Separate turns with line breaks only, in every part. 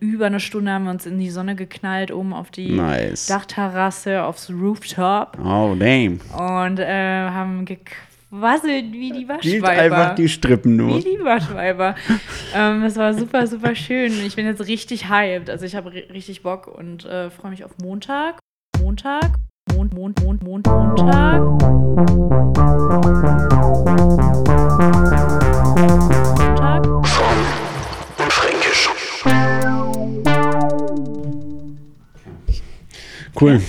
über eine Stunde haben wir uns in die Sonne geknallt, oben auf die
Nice.
Dachterrasse, aufs Rooftop
Oh, damn.
und äh, haben gequasselt wie die
Gilt
Waschweiber.
einfach die Strippen nur.
Wie die Waschweiber. ähm, es war super, super schön. Ich bin jetzt richtig hyped. Also ich habe ri- richtig Bock und äh, freue mich auf Montag. Montag. Mond, Mond, Mond, Mond, Montag. Montag.
Cool.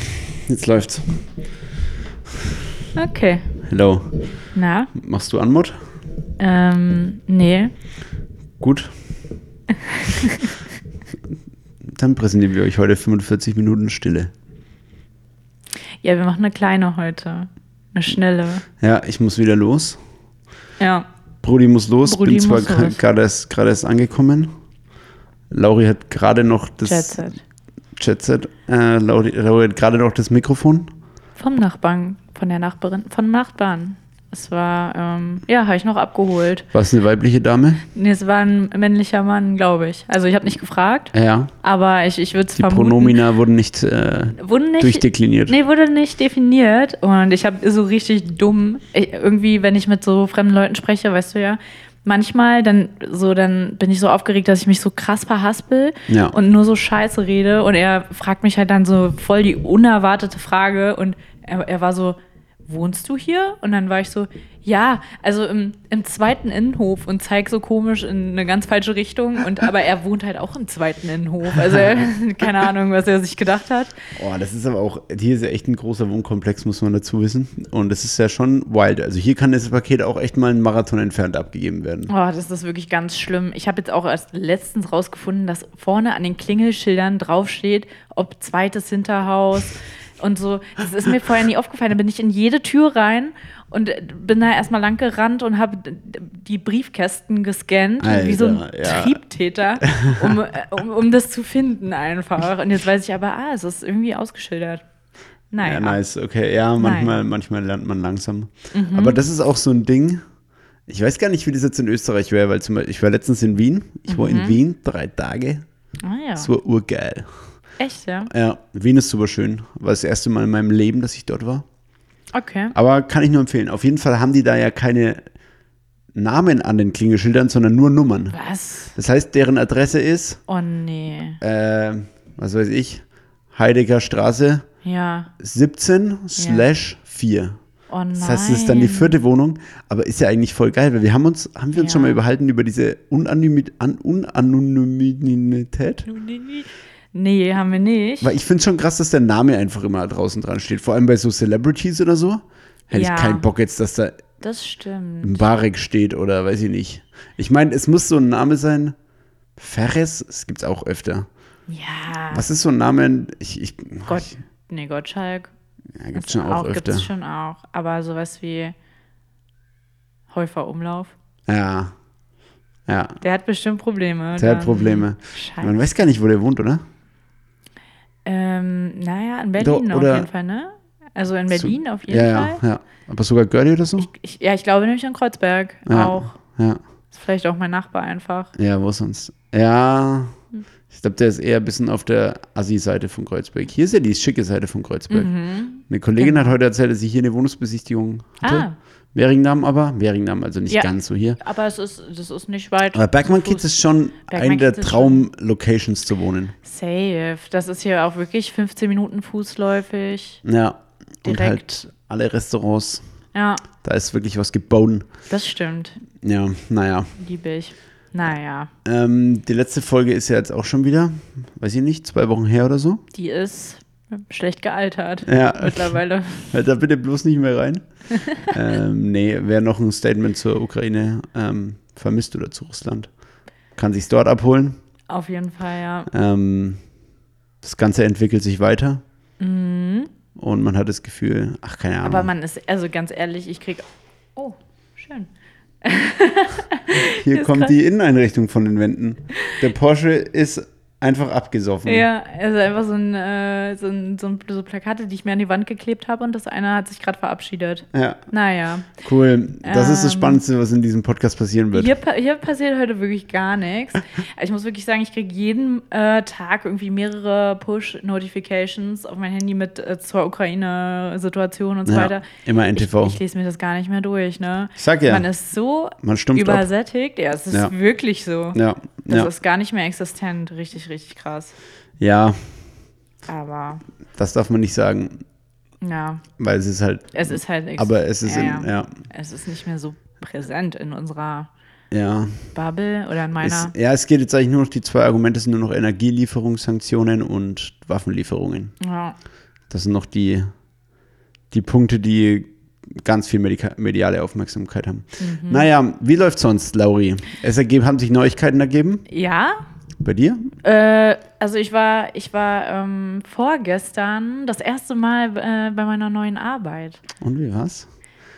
Jetzt läuft's.
Okay.
Hello.
Na,
Machst du Anmut?
ähm, nee.
Gut. Dann präsentieren wir euch heute 45 Minuten Stille.
Ja, wir machen eine kleine heute. Eine schnelle.
Ja, ich muss wieder los.
Ja.
Brudi muss los.
Brudi
Bin zwar
muss los.
gerade erst, gerade erst angekommen. Lauri hat gerade noch das
Jet Set.
Jetset. Äh, Lauri, Lauri hat gerade noch das Mikrofon.
Vom Nachbarn, von der Nachbarin, vom Nachbarn. Es war, ähm, ja, habe ich noch abgeholt.
War es eine weibliche Dame?
Nee, es war ein männlicher Mann, glaube ich. Also ich habe nicht gefragt,
Ja.
aber ich, ich würde es
Die
vermuten.
Pronomina wurden nicht, äh,
wurden nicht,
durchdekliniert.
Nee, wurde nicht definiert. Und ich habe so richtig dumm, ich, irgendwie, wenn ich mit so fremden Leuten spreche, weißt du ja, manchmal dann so, dann bin ich so aufgeregt, dass ich mich so krass verhaspel
Ja.
und nur so scheiße rede. Und er fragt mich halt dann so voll die unerwartete Frage und er, er war so. Wohnst du hier? Und dann war ich so, ja, also im, im zweiten Innenhof und zeig so komisch in eine ganz falsche Richtung. Und aber er wohnt halt auch im zweiten Innenhof. Also er, keine Ahnung, was er sich gedacht hat.
Oh, das ist aber auch, hier ist ja echt ein großer Wohnkomplex, muss man dazu wissen. Und das ist ja schon wild. Also hier kann das Paket auch echt mal einen Marathon entfernt abgegeben werden.
Oh, das ist wirklich ganz schlimm. Ich habe jetzt auch erst letztens rausgefunden, dass vorne an den Klingelschildern draufsteht, ob zweites Hinterhaus und so. Das ist mir vorher nie aufgefallen. Da bin ich in jede Tür rein und bin da erstmal lang gerannt und habe die Briefkästen gescannt, wie so ein
Alter, ja.
Triebtäter, um, äh, um, um das zu finden einfach. Und jetzt weiß ich aber, ah, es ist irgendwie ausgeschildert. Naja.
Ja, nice, okay. Ja, manchmal, manchmal lernt man langsam. Aber das ist auch so ein Ding. Ich weiß gar nicht, wie das jetzt in Österreich wäre, weil zum Beispiel, ich war letztens in Wien. Ich war in Wien drei Tage.
Ah, ja.
Das war urgeil.
Echt, ja.
Ja, Wien ist super schön. War das erste Mal in meinem Leben, dass ich dort war.
Okay.
Aber kann ich nur empfehlen. Auf jeden Fall haben die da ja keine Namen an den Klingelschildern, sondern nur Nummern.
Was?
Das heißt, deren Adresse ist,
Oh nee.
äh, was weiß ich, Heidegger Straße
Ja.
17 slash 4.
Oh nein.
Das heißt, es ist dann die vierte Wohnung, aber ist ja eigentlich voll geil, weil wir haben uns, haben wir uns
Ja.
schon mal überhalten über diese Unanonymit- An- Unanonymität.
Nee, haben wir nicht.
Weil ich finde es schon krass, dass der Name einfach immer draußen dran steht. Vor allem bei so Celebrities oder so. Hätte
Ja.
ich keinen Bock jetzt, dass da
das stimmt.
Barek steht oder weiß ich nicht. Ich meine, es muss so ein Name sein. Ferres, es gibt's auch öfter.
Ja.
Was ist so ein Name? Ich, ich,
Gott, nee, Gottschalk.
Ja, gibt's schon auch, öfter.
Gibt's schon auch. Aber sowas wie Häufer Umlauf.
Ja. Ja.
Der hat bestimmt Probleme.
Der hat
dann.
Probleme.
Scheiße.
Man weiß gar nicht, wo der wohnt, oder?
Ähm, naja, in
Doch,
Berlin
oder-
auf jeden Fall, ne? Also in Berlin
So-
auf jeden
ja,
Fall.
Ja, ja. Aber sogar Gördi oder so?
Ich, ja, ich glaube nämlich an Kreuzberg
Ja.
auch.
Ja.
Ist vielleicht auch mein Nachbar einfach.
Ja, wo sonst? Ja.
Hm.
Ich glaube, der ist eher ein bisschen auf der Assi-Seite von Kreuzberg. Hier ist ja die schicke Seite von Kreuzberg. Eine Kollegin hat heute erzählt, dass sie hier eine Wohnungsbesichtigung hatte.
Mhm. Genau. Ah.
Mehringdamm aber. Mehringdamm, also nicht
Ja.
ganz so hier.
Aber es ist, das ist nicht weit.
Aber Bergmann
zu Fuß.
Kids ist schon
Bergmann
eine der
Kiez ist schon-
Traum-Locations zu wohnen.
Safe. Das ist hier auch wirklich 15 Minuten fußläufig.
Ja. Und
Direkt.
halt alle Restaurants.
Ja,
Da ist wirklich was geboten.
das stimmt.
Ja, naja.
Liebe ich. Naja,
Ähm, die letzte Folge ist ja jetzt auch schon wieder, weiß ich nicht, zwei Wochen her oder so.
die ist schlecht gealtert.
Ja.
Mittlerweile.
Hört da bitte bloß nicht mehr rein. ähm, nee, wer noch ein Statement zur Ukraine ähm, vermisst oder zu Russland, kann sich dort abholen.
Auf jeden Fall, ja.
Ähm, das Ganze entwickelt sich weiter. Und man hat das Gefühl, ach, keine Ahnung.
Mhm. Aber man ist, also ganz ehrlich, ich krieg. Oh, schön.
Hier kommt die Inneneinrichtung von den Wänden. Der Porsche ist Einfach abgesoffen.
Ja, also einfach so, ein, äh, so, ein, so, ein, so Plakate, die ich mir an die Wand geklebt habe und das eine hat sich gerade verabschiedet.
Ja.
Naja.
Cool. Das ist das
Ähm,
Spannendste, was in diesem Podcast passieren wird.
Hier, pa hier passiert heute wirklich gar nichts. ich muss wirklich sagen, ich kriege jeden äh, Tag irgendwie mehrere Push-Notifications auf mein Handy mit äh, zur Ukraine-Situation und so
Ja,
weiter.
immer NTV.
Ich, ich lese mir das gar nicht mehr durch, ne?
Ich sag ja.
Man ist so
Man stumpft ab.
übersättigt. Ja, es ist
Ja.
wirklich so.
ja.
Das
Ja.
ist gar nicht mehr existent. Richtig, richtig krass.
ja,
Aber
das darf man nicht sagen,
ja,
weil es ist halt.
es ist halt ex-
Aber es ist
ja,
in, ja.
Es ist nicht mehr so präsent in unserer
Ja.
Bubble oder in
Es,
meiner.
ja, es geht jetzt eigentlich nur noch, die zwei Argumente sind nur noch Energielieferungssanktionen und Waffenlieferungen.
ja,
Das sind noch die, die Punkte, die ganz viel Medika mediale Aufmerksamkeit haben.
Mhm.
Naja, wie läuft sonst, Lauri? Es ergeben, haben sich Neuigkeiten ergeben
ja
bei dir?
äh, also ich war, ich war ähm, vorgestern das erste Mal äh, bei meiner neuen Arbeit.
Und wie war's?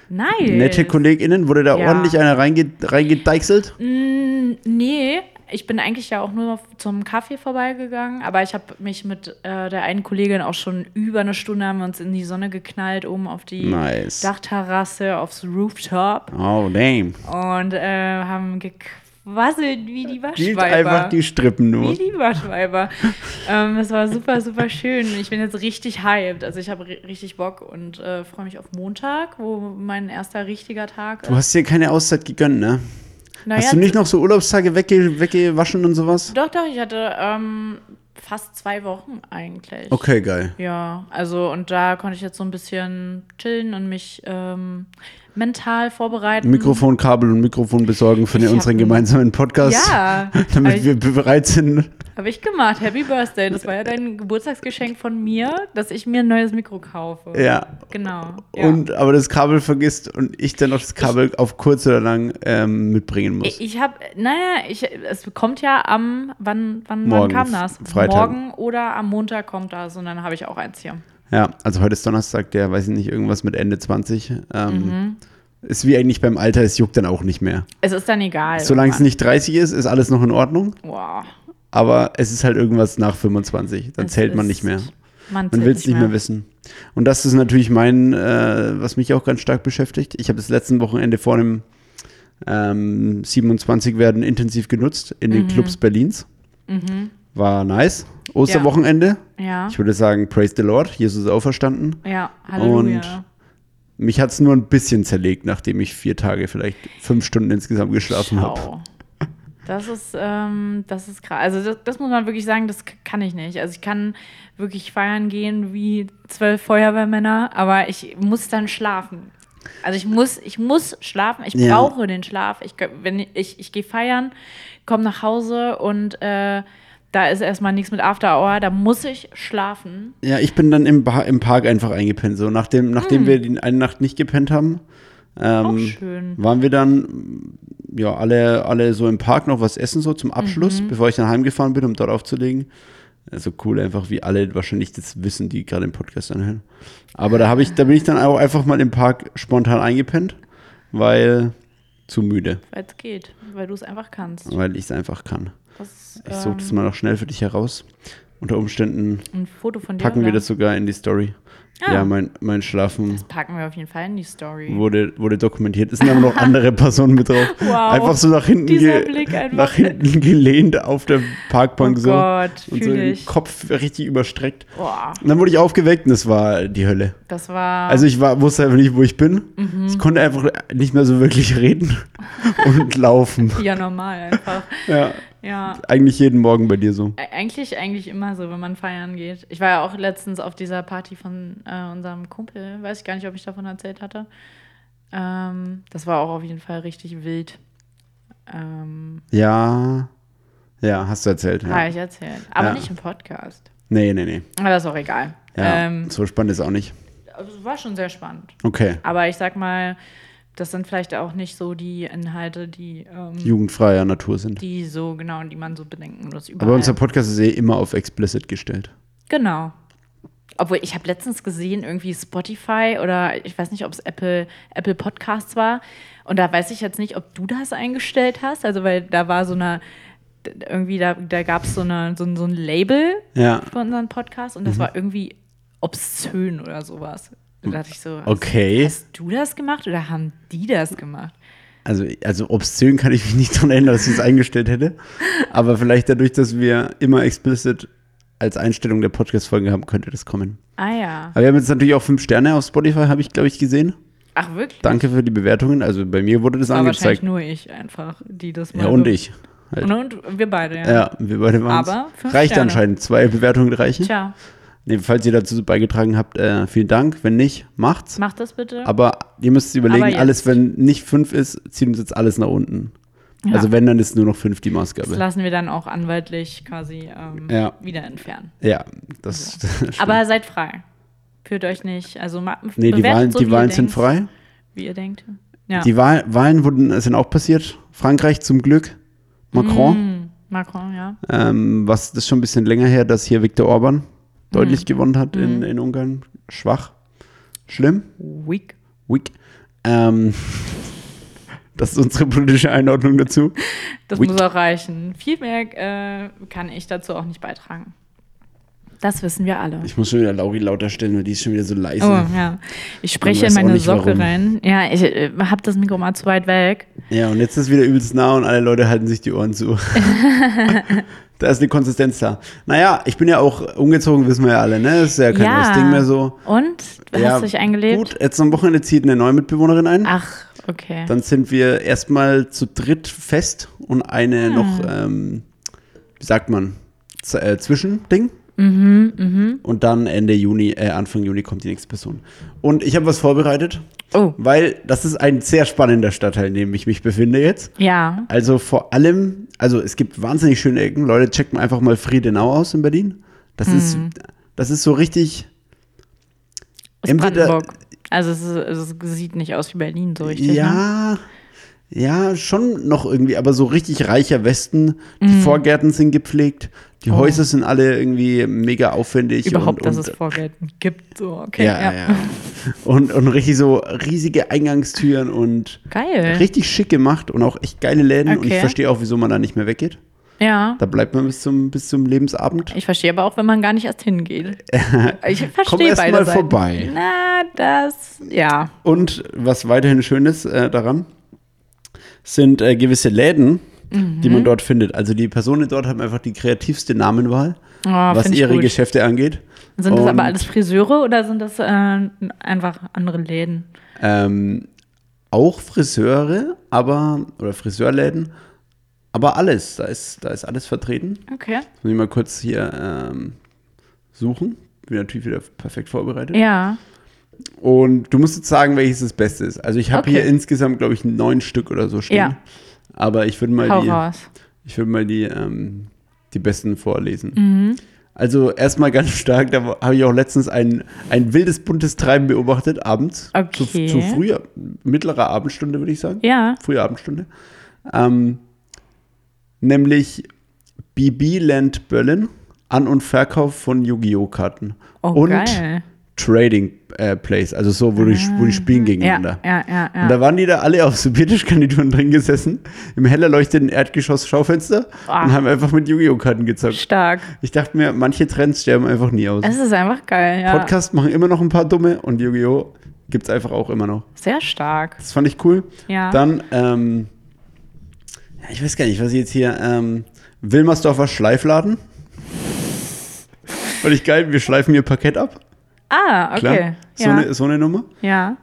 Nice.
Nette KollegInnen, wurde da
Ja.
ordentlich einer reinge reingedeichselt?
Mm, nee, ich bin eigentlich ja auch nur zum Kaffee vorbeigegangen, aber ich habe mich mit äh, der einen Kollegin auch schon über eine Stunde haben wir uns in die Sonne geknallt, oben auf die
Nice.
Dachterrasse, aufs Rooftop
Oh, damn.
und äh, haben gequasselt wie die
Gilt
Waschweiber.
einfach die Strippen nur.
Wie die Waschweiber. ähm, es war super, super schön. Ich bin jetzt richtig hyped. Also ich habe ri- richtig Bock und äh, freue mich auf Montag, wo mein erster richtiger Tag
Du
ist.
hast dir keine Auszeit gegönnt, ne?
Naja,
hast du nicht noch so Urlaubstage wegge weggewaschen und sowas?
Doch, doch, ich hatte ähm, fast zwei Wochen eigentlich.
Okay, geil.
Ja, also und da konnte ich jetzt so ein bisschen chillen und mich ähm, mental vorbereiten.
Mikrofonkabel und Mikrofon besorgen für
Ich
den- unseren
hab-
gemeinsamen Podcast.
Ja,
Damit
hab ich-
wir bereit sind.
Habe ich gemacht. Happy Birthday. Das war ja dein Geburtstagsgeschenk von mir, dass ich mir ein neues Mikro kaufe.
Ja.
Genau. Ja.
Und aber das Kabel vergisst und ich dann noch das Kabel auf kurz oder lang ähm, mitbringen muss.
Ich- Ich habe, naja, ich, es kommt ja am, wann, wann, wann
Morgen,
kam das?
Freitag.
Morgen oder am Montag kommt das und dann habe ich auch eins hier.
ja, also heute ist Donnerstag, der weiß ich nicht, irgendwas mit Ende 20.
Mhm.
Ähm, Ist wie eigentlich beim Alter, es juckt dann auch nicht mehr.
Es ist dann egal.
Solange es nicht 30 ist, ist alles noch in Ordnung.
Wow.
Aber es ist halt irgendwas nach 25. Dann
Es
zählt man
ist-
nicht mehr.
Man,
Man
zählt
will es nicht mehr wissen. Und das ist natürlich mein, äh, was mich auch ganz stark beschäftigt. Ich habe das letzten Wochenende vor dem ähm, 27 werden intensiv genutzt in
Mhm.
den Clubs Berlins. War nice. Osterwochenende.
Ja.
Ich würde sagen, praise the Lord, Jesus ist auferstanden.
Ja, Halleluja.
Und Mich hat es nur ein bisschen zerlegt, nachdem ich vier Tage, vielleicht fünf Stunden insgesamt geschlafen habe.
Schau. Das ist, ähm, das ist krass. Also das, das muss man wirklich sagen, das k- kann ich nicht. Also ich kann wirklich feiern gehen wie zwölf Feuerwehrmänner, aber ich muss dann schlafen. Also ich muss, ich muss schlafen. Ich
Ja.
brauche den Schlaf. Ich, gö- wenn ich, ich, ich gehe feiern, komme nach Hause und äh, da ist erstmal nichts mit After Hour. Da muss ich schlafen.
Ja, ich bin dann im, ba im Park einfach eingepennt. So, nachdem, nachdem wir die eine Nacht nicht gepennt haben,
Hm. Auch
ähm,
schön.
waren wir dann ja alle, alle so im Park noch was essen, so zum Abschluss,
Mhm.
bevor ich dann heimgefahren bin, um dort aufzulegen. Also cool, einfach wie alle wahrscheinlich das wissen, die gerade den Podcast anhören. Aber da habe ich, da bin ich dann auch einfach mal im Park spontan eingepennt, weil zu müde,
Weil es geht, weil du es einfach kannst.
weil ich es einfach kann.
Das,
Ich suche das
ähm,
mal noch schnell für dich heraus. Unter Umständen
ein Foto von dir.
packen wir
oder?
das sogar in die Story.
Ah.
Ja, mein, mein Schlafen
Packen wir auf jeden Fall in die Story.
wurde, wurde dokumentiert. Es sind aber noch andere Personen mit drauf.
Wow.
Einfach so nach hinten,
Dieser
ge
Blick einfach.
nach hinten gelehnt auf der Parkbank
Oh
so.
Gott,
und so
fühl
den
ich.
Kopf richtig überstreckt.
Boah,
Und dann wurde ich aufgeweckt und es war die Hölle.
das war.
Also ich war, wusste einfach nicht, wo ich bin.
Mhm.
Ich konnte einfach nicht mehr so wirklich reden und laufen.
ja, normal einfach.
Ja,
Ja.
eigentlich jeden Morgen bei dir so.
Ä- Eigentlich, eigentlich immer so, wenn man feiern geht. Ich war ja auch letztens auf dieser Party von äh, unserem Kumpel. Weiß ich gar nicht, ob ich davon erzählt hatte. Ähm, das war auch auf jeden Fall richtig wild. Ähm,
Ja, ja, hast du erzählt.
Habe
Ja.
ich erzählt. Aber
Ja.
nicht im Podcast.
Nee, nee, nee.
Aber das ist auch egal.
Ja,
Ähm,
so spannend ist auch nicht.
also es war schon sehr spannend.
Okay,
Aber ich sag mal, das sind vielleicht auch nicht so die Inhalte, die, ähm,
jugendfreier Natur sind.
die so genau, die man so bedenken muss.
Aber
Überall.
unser Podcast ist eh immer auf explicit gestellt.
Genau. Obwohl, ich habe letztens gesehen, irgendwie Spotify oder ich weiß nicht, ob es Apple, Apple Podcasts war. Und da weiß ich jetzt nicht, ob du das eingestellt hast. Also, weil da war so eine, da- d- irgendwie, da, da gab so es so, ein- so ein Label
Ja.
für unseren Podcast und das
Mhm.
war irgendwie obszön oder sowas. Da dachte ich so, hast,
Okay.
hast du das gemacht oder haben die das gemacht?
Also, also obszön kann ich mich nicht daran erinnern, dass ich es eingestellt hätte. Aber vielleicht dadurch, dass wir immer explicit als Einstellung der Podcast-Folge haben, könnte das kommen.
Ah ja.
Aber wir haben jetzt natürlich auch fünf Sterne auf Spotify, habe ich, glaube ich, gesehen.
Ach wirklich?
Danke für die Bewertungen. Also bei mir wurde das
war wahrscheinlich
angezeigt.
nur ich einfach, die das mal
halt Ja, und
so-
ich. Halt.
Und, und wir beide, ja.
Ja, wir beide waren
Aber fünf
Reicht
Sterne.
anscheinend. Zwei Bewertungen reichen.
Tja,
Nee, falls ihr dazu beigetragen habt, äh, vielen Dank. Wenn nicht, macht's.
mach das bitte.
Aber ihr müsst überlegen,
jetzt.
alles, wenn nicht fünf ist, zieht uns jetzt alles nach unten.
Ja.
Also wenn, dann ist nur noch fünf die
das
Maßgabe.
lassen wir dann auch anwaltlich quasi ähm,
Ja.
wieder entfernen.
Ja, das, das stimmt.
Aber seid frei. Führt euch nicht. Also ma-
Nee, die
bewertet
Wahlen,
so, wie
die
ihr
Wahlen sind
denkt,
frei.
Wie ihr denkt. Ja.
Die Wahl, Wahlen wurden, sind auch passiert. Frankreich zum Glück. Macron.
Hm, Macron, ja.
Ähm, was das ist schon ein bisschen länger her, dass hier Viktor Orban
Mhm.
deutlich gewonnen hat in, in Ungarn. Schwach. Schlimm.
Weak.
Weak. Ähm, das ist unsere politische Einordnung dazu.
Das
Weak.
muss auch reichen. Viel mehr äh, kann ich dazu auch nicht beitragen. Das wissen wir alle.
Ich muss schon wieder Lauri lauter stellen, weil die ist schon wieder so leise.
Oh, ja. Ich spreche in
weiß auch
meine
nicht,
Socke
warum.
rein. Ja, ich äh, habe das Mikro mal zu weit weg.
Ja, und jetzt ist wieder übelst nah und alle Leute halten sich die Ohren zu. da ist eine Konsistenz da. Naja, ich bin ja auch umgezogen, wissen wir ja alle, ne? Ist ja kein neues Ding mehr so.
Und? Hast
ja,
du dich eingelebt? Ah.
Gut, jetzt am Wochenende zieht eine neue Mitbewohnerin ein.
Ach, okay.
Dann sind wir erstmal zu dritt fest und
Ah.
eine noch, ähm, wie sagt man, Z äh, Zwischending.
Mhm,
Und dann Ende Juni, äh, Anfang Juni kommt die nächste Person. Und ich habe was vorbereitet,
oh,
weil das ist ein sehr spannender Stadtteil, in dem ich mich befinde jetzt.
ja.
Also vor allem, also es gibt wahnsinnig schöne Ecken. Leute, checkt mal einfach mal Friedenau aus in Berlin. Das ist,
Hm.
das ist so richtig.
Ist
Entweder-
Brandenburg. Also es, ist, es sieht nicht aus wie Berlin so richtig. Ne?
Ja, ja, schon noch irgendwie, aber so richtig reicher Westen. Die
Hm.
Vorgärten sind gepflegt, die Häuser sind alle irgendwie mega aufwendig.
Oh. Überhaupt,
und,
dass
und,
es Vorgärten gibt. So, okay.
ja, ja. ja. Und, und richtig so riesige Eingangstüren und
Geil.
richtig schick gemacht und auch echt geile Läden. Und ich
Okay.
verstehe auch, wieso man da nicht mehr weggeht.
Ja.
Da bleibt man bis zum, bis zum Lebensabend.
Ich verstehe aber auch, wenn man gar nicht erst hingeht. Ich
Komm
verstehe
erst
beide
mal
Seiten.
vorbei.
Na, das, ja.
Und was weiterhin schön ist äh, daran, sind äh, gewisse Läden, die
Mhm.
man dort findet. Also die Personen dort haben einfach die kreativste Namenwahl,
Oh,
was
find ich
ihre
gut.
Geschäfte angeht.
Sind das
Und,
aber alles Friseure oder sind das äh, einfach andere Läden?
Ähm, auch Friseure, aber, oder Friseurläden, aber alles, da ist, da ist alles vertreten.
Okay.
Jetzt muss ich mal kurz hier ähm, suchen. Bin natürlich wieder perfekt vorbereitet.
Ja.
Und du musst jetzt sagen, welches das Beste ist. Also ich habe
Okay.
hier insgesamt, glaube ich, neun Stück oder so stehen.
Ja.
Aber ich würde mal
Hau
die,
raus.
Ich würde mal die, ähm, die besten vorlesen.
Mhm.
Also erstmal ganz stark, da habe ich auch letztens ein, ein wildes, buntes Treiben beobachtet, abends.
Okay.
Zu, zu früher, mittlerer Abendstunde, würde ich sagen.
Ja.
Frühe Abendstunde. Ähm, nämlich BB Land Berlin, An- und Verkauf von Yu-Gi-Oh! Karten.
Oh,
und
geil.
Trading äh, Place, also so, wo, die, wo die spielen
Mhm. Ja,
gegeneinander.
ja, ja,
Und
ja.
da waren die da alle auf so Biertischkandituren drin gesessen, im hell erleuchteten Erdgeschoss-Schaufenster
Ah.
und haben einfach mit Yu-Gi-Oh!-Karten gezockt.
Stark.
Ich dachte mir, manche Trends sterben einfach nie aus.
Es ist einfach geil, ja.
Podcasts machen immer noch ein paar dumme und Yu-Gi-Oh! gibt's einfach auch immer noch.
Sehr stark.
Das fand ich cool.
Ja.
Dann, ähm, ja, ich weiß gar nicht, was ich jetzt hier, ähm, Wilmersdorfer Schleifladen. Fand ich geil, wir schleifen ihr Parkett ab.
Ah,
Klar.
okay.
So,
ja.
eine, so eine Nummer.
ja.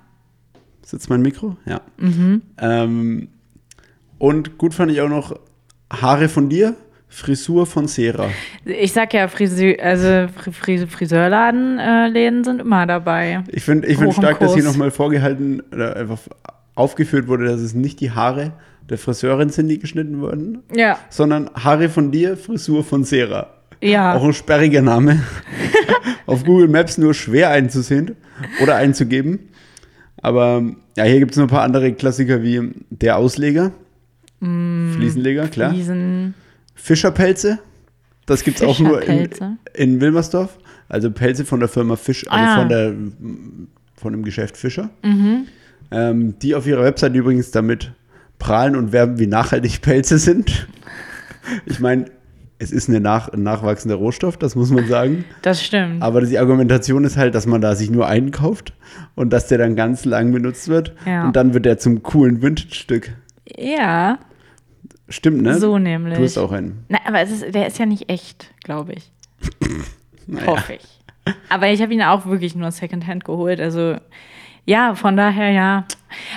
Ist jetzt mein Mikro? Ja.
Mhm.
Ähm, und gut fand ich auch noch Haare von dir, Frisur von Sera.
Ich sag ja, Friseur, also Fri- Fri- Friseurladen äh, Läden sind immer dabei.
Ich finde ich find
Hoch im
stark, dass hier
Kurs.
nochmal vorgehalten oder einfach aufgeführt wurde, dass es nicht die Haare der Friseurin sind, die geschnitten wurden,
Ja,
sondern Haare von dir, Frisur von Sera.
ja.
Auch ein sperriger Name. Auf Google Maps nur schwer einzusehen oder einzugeben. Aber ja, hier gibt es noch ein paar andere Klassiker wie der Ausleger,
Mm,
Fliesenleger, klar.
Diesen
Fischerpelze. Das gibt es auch nur in,
Fischerpelze?
in Wilmersdorf. Also Pelze von der Firma Fisch, also
Ah. Mhm.
von, der, von dem Geschäft Fischer. Ähm, die auf ihrer Website übrigens damit prahlen und werben, wie nachhaltig Pelze sind. Ich meine, es ist eine nach, ein nachwachsender Rohstoff, das muss man sagen.
Das stimmt.
Aber die Argumentation ist halt, dass man da sich nur einen kauft und dass der dann ganz lang benutzt wird.
Ja.
Und dann wird der zum coolen Vintage-Stück.
ja,
Stimmt, ne?
so nämlich.
Du hast auch einen.
Na, aber es ist, der ist ja nicht echt, glaube ich.
Naja.
Hoffe ich. Aber ich habe ihn auch wirklich nur Secondhand geholt. Also ja, von daher ja.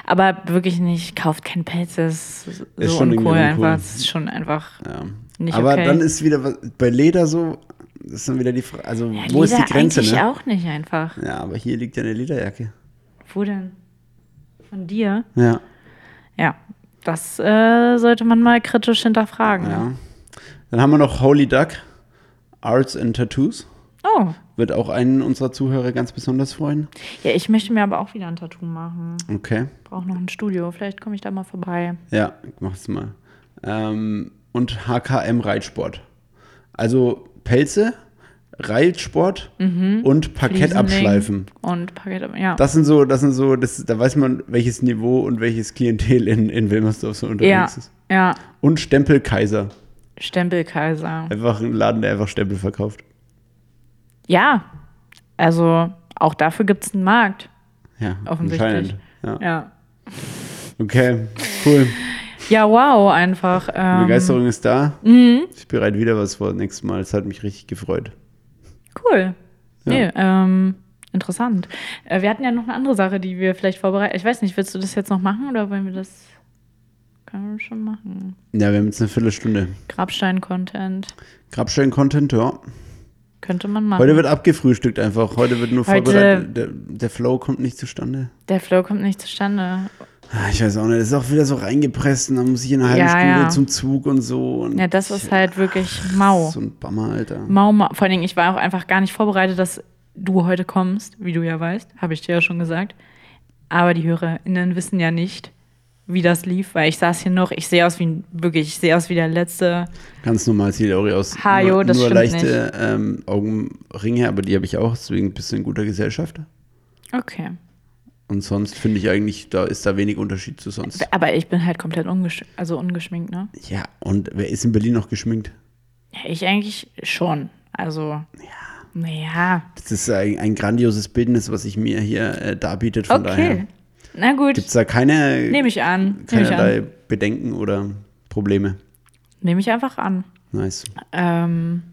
Aber wirklich nicht, kauft kein Pelz. Das ist so
Ist schon irgendwie
uncool einfach.
uncool.
Das ist schon einfach.
Ja.
Nicht
Aber
okay.
dann ist wieder was, bei Leder so, das ist dann wieder die Frage, also
Ja,
wo ist
Leder
die Grenze,
eigentlich
ne?
auch nicht einfach.
Ja, aber hier liegt ja eine Lederjacke.
Wo denn? Von dir?
Ja.
Ja, das äh, sollte man mal kritisch hinterfragen.
ja. Dann haben wir noch Holy Duck, Arts and Tattoos.
Oh,
Wird auch einen unserer Zuhörer ganz besonders freuen.
ja, ich möchte mir aber auch wieder ein Tattoo machen.
Okay.
Brauche noch ein Studio. Vielleicht komme ich da mal vorbei.
Ja, mach's mal. Ähm, und HKM Reitsport. Also Pelze, Reitsport und Parkett
Mhm. Fliesenling
abschleifen.
Und Parkett ab- ja.
Das sind so, das sind so, das, da weiß man, welches Niveau und welches Klientel in, in Wilmersdorf so
ja,
unterwegs ist.
ja.
Und Stempelkaiser.
Stempelkaiser.
Einfach ein Laden, der einfach Stempel verkauft.
Ja, also auch dafür gibt es einen Markt,
Ja,
offensichtlich.
anscheinend. Ja.
Ja.
Okay, cool.
ja, wow, einfach. Ähm, Mhm.
Begeisterung ist da. Ich bereite wieder was vor nächstes Mal. Es hat mich richtig gefreut.
Cool.
Ja.
Nee, ähm, interessant. Äh, wir hatten ja noch eine andere Sache, die wir vielleicht vorbereiten. Ich weiß nicht, willst du das jetzt noch machen oder wollen wir das? Können wir schon machen.
Ja, wir haben jetzt eine Viertelstunde.
Grabstein-Content
Grabstein-Content, ja.
könnte man machen.
Heute wird abgefrühstückt einfach. Heute wird nur
Heute-
vorbereitet. Der, der Flow kommt nicht zustande.
Der Flow kommt nicht zustande.
Ah, Ich weiß auch nicht. Das ist auch wieder so reingepresst und dann muss ich in einer halben
Ja,
Stunde
ja.
zum Zug und so. Und
Ja, das ist halt wirklich mau.
So ein Bammer, Alter.
Mau, mau. Vor allen Dingen, ich war auch einfach gar nicht vorbereitet, dass du heute kommst, wie du ja weißt, habe ich dir ja schon gesagt. Aber die HörerInnen wissen ja nicht, wie das lief, weil ich saß hier noch, ich sehe aus wie ein- wirklich, ich sehe aus wie der letzte.
Ganz normal sieht Ori aus.
Ha, jo,
nur
das
nur
stimmt
leichte ähm, Augenringe, aber die habe ich auch. Deswegen bist du in guter Gesellschaft.
Okay.
Und sonst finde ich eigentlich, da ist da wenig Unterschied zu sonst.
Aber ich bin halt komplett ungesch also ungeschminkt, ne?
Ja, und wer ist in Berlin noch geschminkt?
Ja, ich eigentlich schon. Also. Ja. Naja.
Das ist ein, ein grandioses Bildnis, was sich mir hier äh, darbietet. Von daher
Okay. Na gut,
gibt es da keine,
nehme ich an. Nehme ich
keinerlei
an.
Bedenken oder Probleme.
Nehme ich einfach an.
Nice.
Ähm,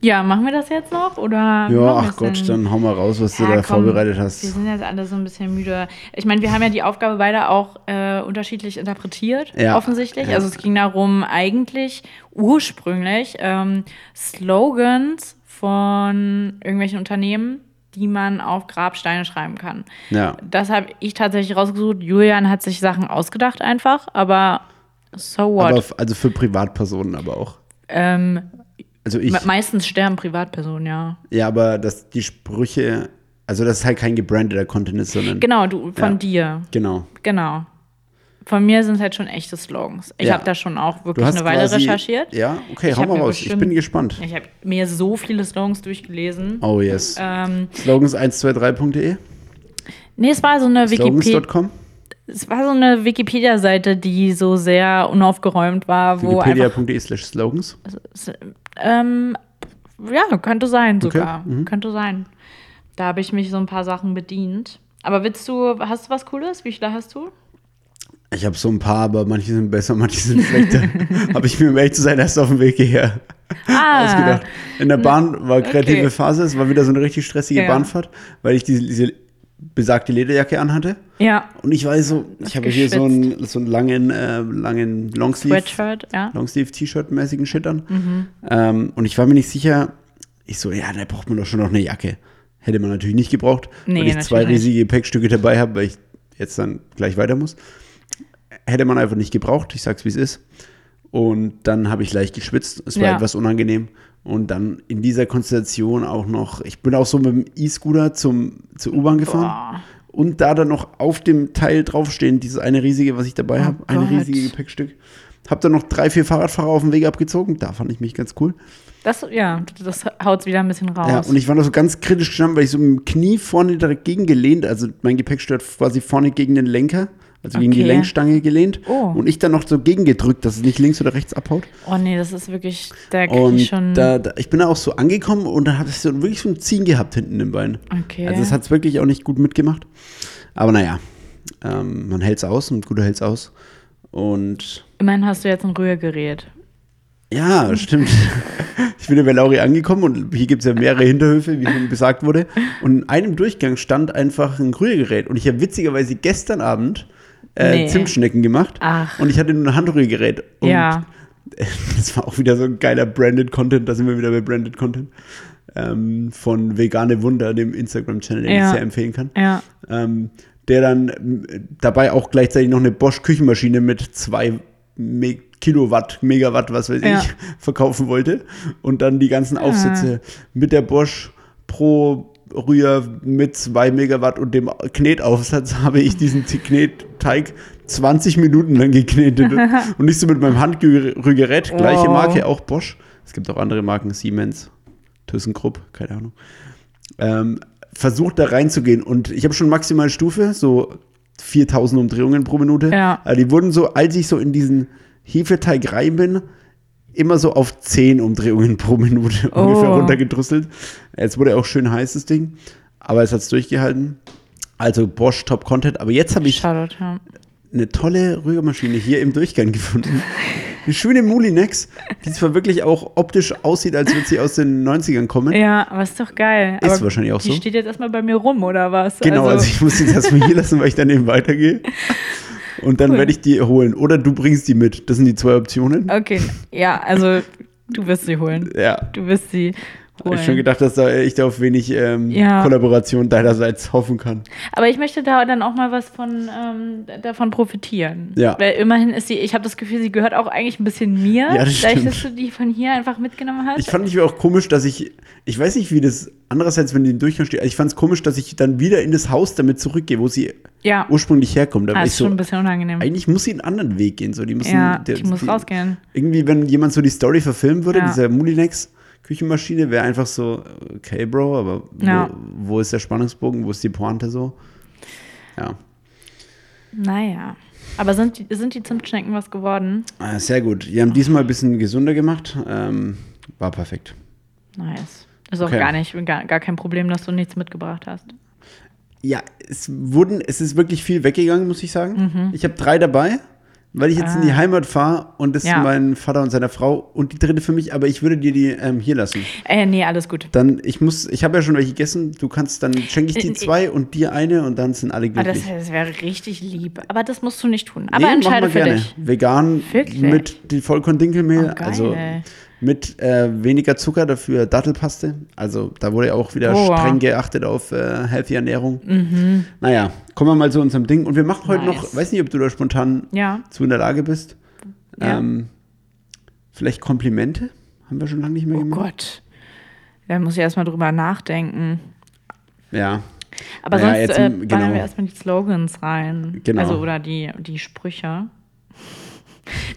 ja, machen wir das jetzt noch? Oder wie
Ja,
machen wir's
ach Gott,
denn?
dann hau mal raus, was du
Ja,
da
Ah, komm,
vorbereitet
Wir
hast.
sind jetzt alle so ein bisschen müde. Ich meine, wir haben ja die Aufgabe beide auch äh, unterschiedlich interpretiert,
Ja,
offensichtlich.
ja.
Also es ging darum, eigentlich ursprünglich ähm, Slogans von irgendwelchen Unternehmen, die man auf Grabsteine schreiben kann.
Ja,
Das habe ich tatsächlich rausgesucht. Julian hat sich Sachen ausgedacht einfach, aber so what?
aber f- also für Privatpersonen aber auch.
ähm,
Also ich,
me- meistens sterben Privatpersonen, ja.
ja, aber dass die Sprüche, also das ist halt kein gebrandeter Content ist, sondern
Genau, du von
Ja.
dir.
genau.
Genau. Von mir sind es halt schon echte Slogans. Ich
Ja.
habe da schon auch
Du
wirklich
hast
eine Weile
quasi,
recherchiert.
Ja, okay,
Ich
hau
hab
mal
mir
raus. Ich
bestimmt-
bin gespannt.
Ich habe mir so viele Slogans durchgelesen.
Oh yes.
Ähm,
Slogans123.de,
nee, es war so eine Wikipedia.
slogans.com,
Es war so eine Wikipedia-Seite, die so sehr unaufgeräumt war, wo einfach.
wikipedia.de slash slogans.
Ähm, ja, könnte sein
Okay, mhm.
sogar. Könnte sein. Da habe ich mich so ein paar Sachen bedient. Aber willst du, hast du was Cooles? Wie viele hast du?
Ich habe so ein paar, aber manche sind besser, manche sind schlechter. habe ich mir, um ehrlich zu sein, erst auf dem Weg hierher
Ah,
ausgedacht. In der Bahn war kreative
okay.
Phase, es war wieder so eine richtig stressige
Ja.
Bahnfahrt, weil ich diese, diese besagte Lederjacke anhatte.
Ja.
Und ich weiß so, ich habe hier so einen, so einen langen, äh, langen Longsleeve,
Sweatshirt, ja. Mhm.
Longsleeve-T-Shirt-mäßigen Shit an. Ähm, und ich war mir nicht sicher, ich so, ja, da braucht man doch schon noch eine Jacke. Hätte man natürlich nicht gebraucht,
Nee,
weil ich
natürlich
zwei
nicht.
riesige Gepäckstücke dabei habe, weil ich jetzt dann gleich weiter muss. Hätte man einfach nicht gebraucht, ich sag's wie es ist. Und dann habe ich leicht geschwitzt, es war
Ja.
etwas unangenehm. Und dann in dieser Konstellation auch noch, ich bin auch so mit dem E-Scooter zum, zur U-Bahn gefahren. Und da dann noch auf dem Teil draufstehen, dieses eine riesige, was ich dabei
Oh
habe, eine
Gott.
riesige Gepäckstück. Hab dann noch drei, vier Fahrradfahrer auf dem Weg abgezogen. Da fand ich mich ganz cool.
Das, ja, das haut's wieder ein bisschen raus.
Ja, und ich war noch so ganz kritisch gestanden, weil ich so mit dem Knie vorne dagegen gelehnt, also mein Gepäck stört quasi vorne gegen den Lenker, also gegen die
Okay.
Lenkstange gelehnt
Oh.
und ich dann noch so gegengedrückt, dass es nicht links oder rechts abhaut.
Oh nee, das ist wirklich, da krieg
Und
ich schon.
da, da, ich bin da auch so angekommen und dann hat es so wirklich so ein Ziehen gehabt hinten im Bein.
okay.
Also es hat es wirklich auch nicht gut mitgemacht. Aber naja, ähm, man hält es aus, ein guter hält es aus. Und
Immerhin hast du jetzt ein Rührgerät.
ja, stimmt. Ich bin ja bei Lauri angekommen und hier gibt es ja mehrere Hinterhöfe, wie schon gesagt wurde. Und in einem Durchgang stand einfach ein Rührgerät. Und ich habe witzigerweise gestern Abend äh,
Nee.
Zimtschnecken gemacht.
Ach.
Und ich hatte nur ein Handrührgerät. Und
ja.
Das war auch wieder so ein geiler Branded Content, da sind wir wieder bei Branded Content. Ähm, von Vegane Wunder, dem Instagram-Channel, den
Ja.
ich sehr empfehlen kann.
Ja.
Ähm, der dann ähm, dabei auch gleichzeitig noch eine Bosch-Küchenmaschine mit zwei Me Kilowatt, Megawatt, was weiß
Ja. Ah.
ich, verkaufen wollte. Und dann die ganzen Aufsätze mit der Bosch Pro Rühr mit zwei Megawatt und dem Knetaufsatz habe ich diesen Z- Knetteig 20 Minuten lang geknetet. und nicht so mit meinem Handrührgerät. Gleiche
Wow.
Marke, auch Bosch. Es gibt auch andere Marken, Siemens, ThyssenKrupp, keine Ahnung ähm, versucht da reinzugehen. Und ich habe schon maximal Stufe, so 4000 Umdrehungen pro Minute.
Ja.
Aber die wurden so, als ich so in diesen Hefeteig rein bin, immer so auf 10 Umdrehungen pro Minute
Oh.
ungefähr runtergedrüsselt. Jetzt wurde auch schön heiß, das Ding. Aber es hat es durchgehalten. Also Bosch Top Content. Aber jetzt habe ich
Shoutout, ja.
eine tolle Rührmaschine hier im Durchgang gefunden. Eine schöne Mulinex, die zwar wirklich auch optisch aussieht, als würde sie aus den 90ern kommen.
Ja, aber ist doch geil.
Ist
aber
wahrscheinlich auch
die
so.
Die steht jetzt erstmal bei mir rum, oder was?
Genau, also,
Also,
ich muss die jetzt erstmal hier lassen, weil ich dann eben weitergehe. Und dann
Cool.
werde ich die holen. Oder du bringst die mit. Das sind die zwei Optionen.
okay, ja, also du wirst sie holen.
Ja.
Du wirst sie
Hab
holen.
ich schon gedacht, dass da ich da auf wenig ähm,
Ja.
Kollaboration deinerseits hoffen kann.
Aber ich möchte da dann auch mal was von ähm, davon profitieren.
Ja.
Weil immerhin ist sie, ich habe das Gefühl, sie gehört auch eigentlich ein bisschen mir,
Ja, das
dadurch,
stimmt.
dass du die von hier einfach mitgenommen hast.
Ich fand mich auch komisch, dass ich, ich weiß nicht, wie das andererseits, wenn die im Durchgang steht, also ich fand es komisch, dass ich dann wieder in das Haus damit zurückgehe, wo sie
ja,
ursprünglich herkommt. Da
ah,
war ich
ist schon
so,
ein bisschen unangenehm.
eigentlich muss sie einen anderen Weg gehen. So, die müssen,
Ja,
der-
ich muss
die-
rausgehen.
Irgendwie, wenn jemand so die Story verfilmen würde,
Ja.
dieser Mulinex Küchenmaschine, wäre einfach so, okay, Bro, aber wo,
Ja.
wo ist der Spannungsbogen, wo ist die Pointe so? Ja,
Naja. Aber sind die, sind die Zimtschnecken was geworden?
Ah, sehr gut. Die haben diesmal ein bisschen gesunder gemacht. Ähm, war perfekt.
Nice. Ist auch
Okay.
gar nicht, gar, gar kein Problem, dass du nichts mitgebracht hast.
Ja, es wurden, es ist wirklich viel weggegangen, muss ich
Mhm.
sagen. Ich habe drei dabei, weil ich jetzt in die Heimat fahre und das
Ah. Ja.
ist mein Vater und seiner Frau und die dritte für mich, aber ich würde dir die ähm, hier lassen.
Äh, nee, alles gut.
Dann, ich muss, ich habe ja schon welche gegessen, du kannst, dann schenke ich
Äh,
dir
äh,
zwei und dir eine und dann sind alle
Aber
glücklich.
Ah, das, das wäre richtig lieb. Aber das musst du nicht tun. Aber entscheide
machen
für
wir
dich.
Vegan
Wirklich?
mit die Vollkorn-Dinkelmehl,
Oh, geil.
also mit äh, weniger Zucker, dafür Dattelpaste. Also da wurde ja auch wieder
Oh, wow. Mhm.
streng geachtet auf äh, healthy Ernährung. Naja, kommen wir mal zu unserem Ding. Und wir machen heute
Nice.
noch, weiß nicht, ob du da spontan
Ja.
zu in der Lage bist.
Ja.
Ähm, vielleicht Komplimente? Haben wir schon lange nicht mehr
Oh
gemacht.
Gott. Da muss ich erstmal drüber nachdenken.
Ja.
Aber
Naja,
sonst
jetzt,
äh, ballern
ähm, genau.
wir erstmal die Slogans rein.
Genau.
Also oder die, die Sprüche.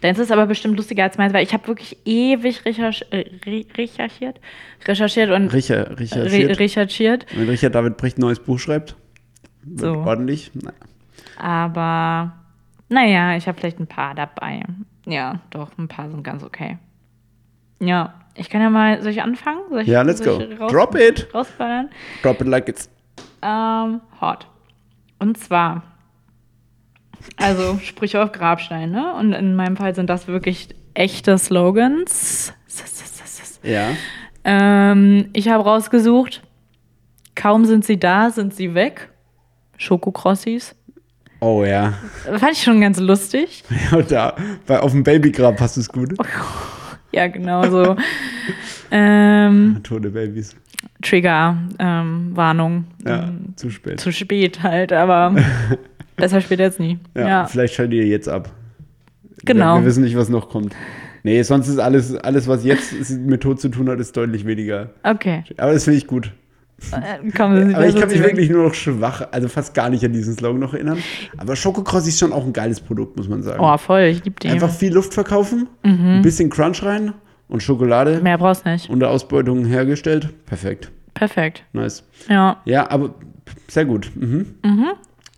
Deins ist aber bestimmt lustiger als meins, weil ich habe wirklich ewig recherch äh, re recherchiert. Recherchiert und
Richard, Richard,
re
Schiert.
recherchiert.
Wenn Richard David Brecht ein neues Buch schreibt, wird
So.
ordentlich. Naja.
Aber naja, ich habe vielleicht ein paar dabei. Ja, doch, ein paar sind ganz okay. Ja, ich kann ja mal, soll ich anfangen? Soll ich,
Ja, let's
soll
go.
ich raus-
Drop it.
Rausballern?
Drop it like it's
Ähm, hot. Und zwar, also Sprüche auf Grabstein, ne? Und in meinem Fall sind das wirklich echte Slogans.
Ja.
Ähm, ich habe rausgesucht, kaum sind sie da, sind sie weg. Schokokrossis.
Oh ja.
Fand ich schon ganz lustig.
ja da, bei, auf dem Babygrab passt es gut.
Ja, genau so. ähm,
Tote Babys.
Trigger, ähm, Warnung.
Ja,
Ähm,
zu spät.
Zu spät halt, aber besser spät als nie.
ja,
Ja,
Vielleicht schaltet ihr jetzt ab.
genau.
Wir, wir wissen nicht, was noch kommt. Nee, sonst ist alles, alles was jetzt ist- mit Tod zu tun hat, ist deutlich weniger.
Okay,
Aber das finde ich gut.
äh, kommen Sie
Aber ich
besser
kann mich
zurück.
wirklich nur noch schwach, also fast gar nicht an diesen Slogan noch erinnern. Aber Schokocross ist schon auch ein geiles Produkt, muss man sagen.
Oh, voll, ich liebe die.
Einfach viel Luft verkaufen, ein bisschen Crunch rein und Schokolade
Mhm. Mehr brauchst nicht.
unter Ausbeutung hergestellt. Perfekt.
Perfekt.
Nice.
Ja,
Ja, aber sehr gut. Mhm.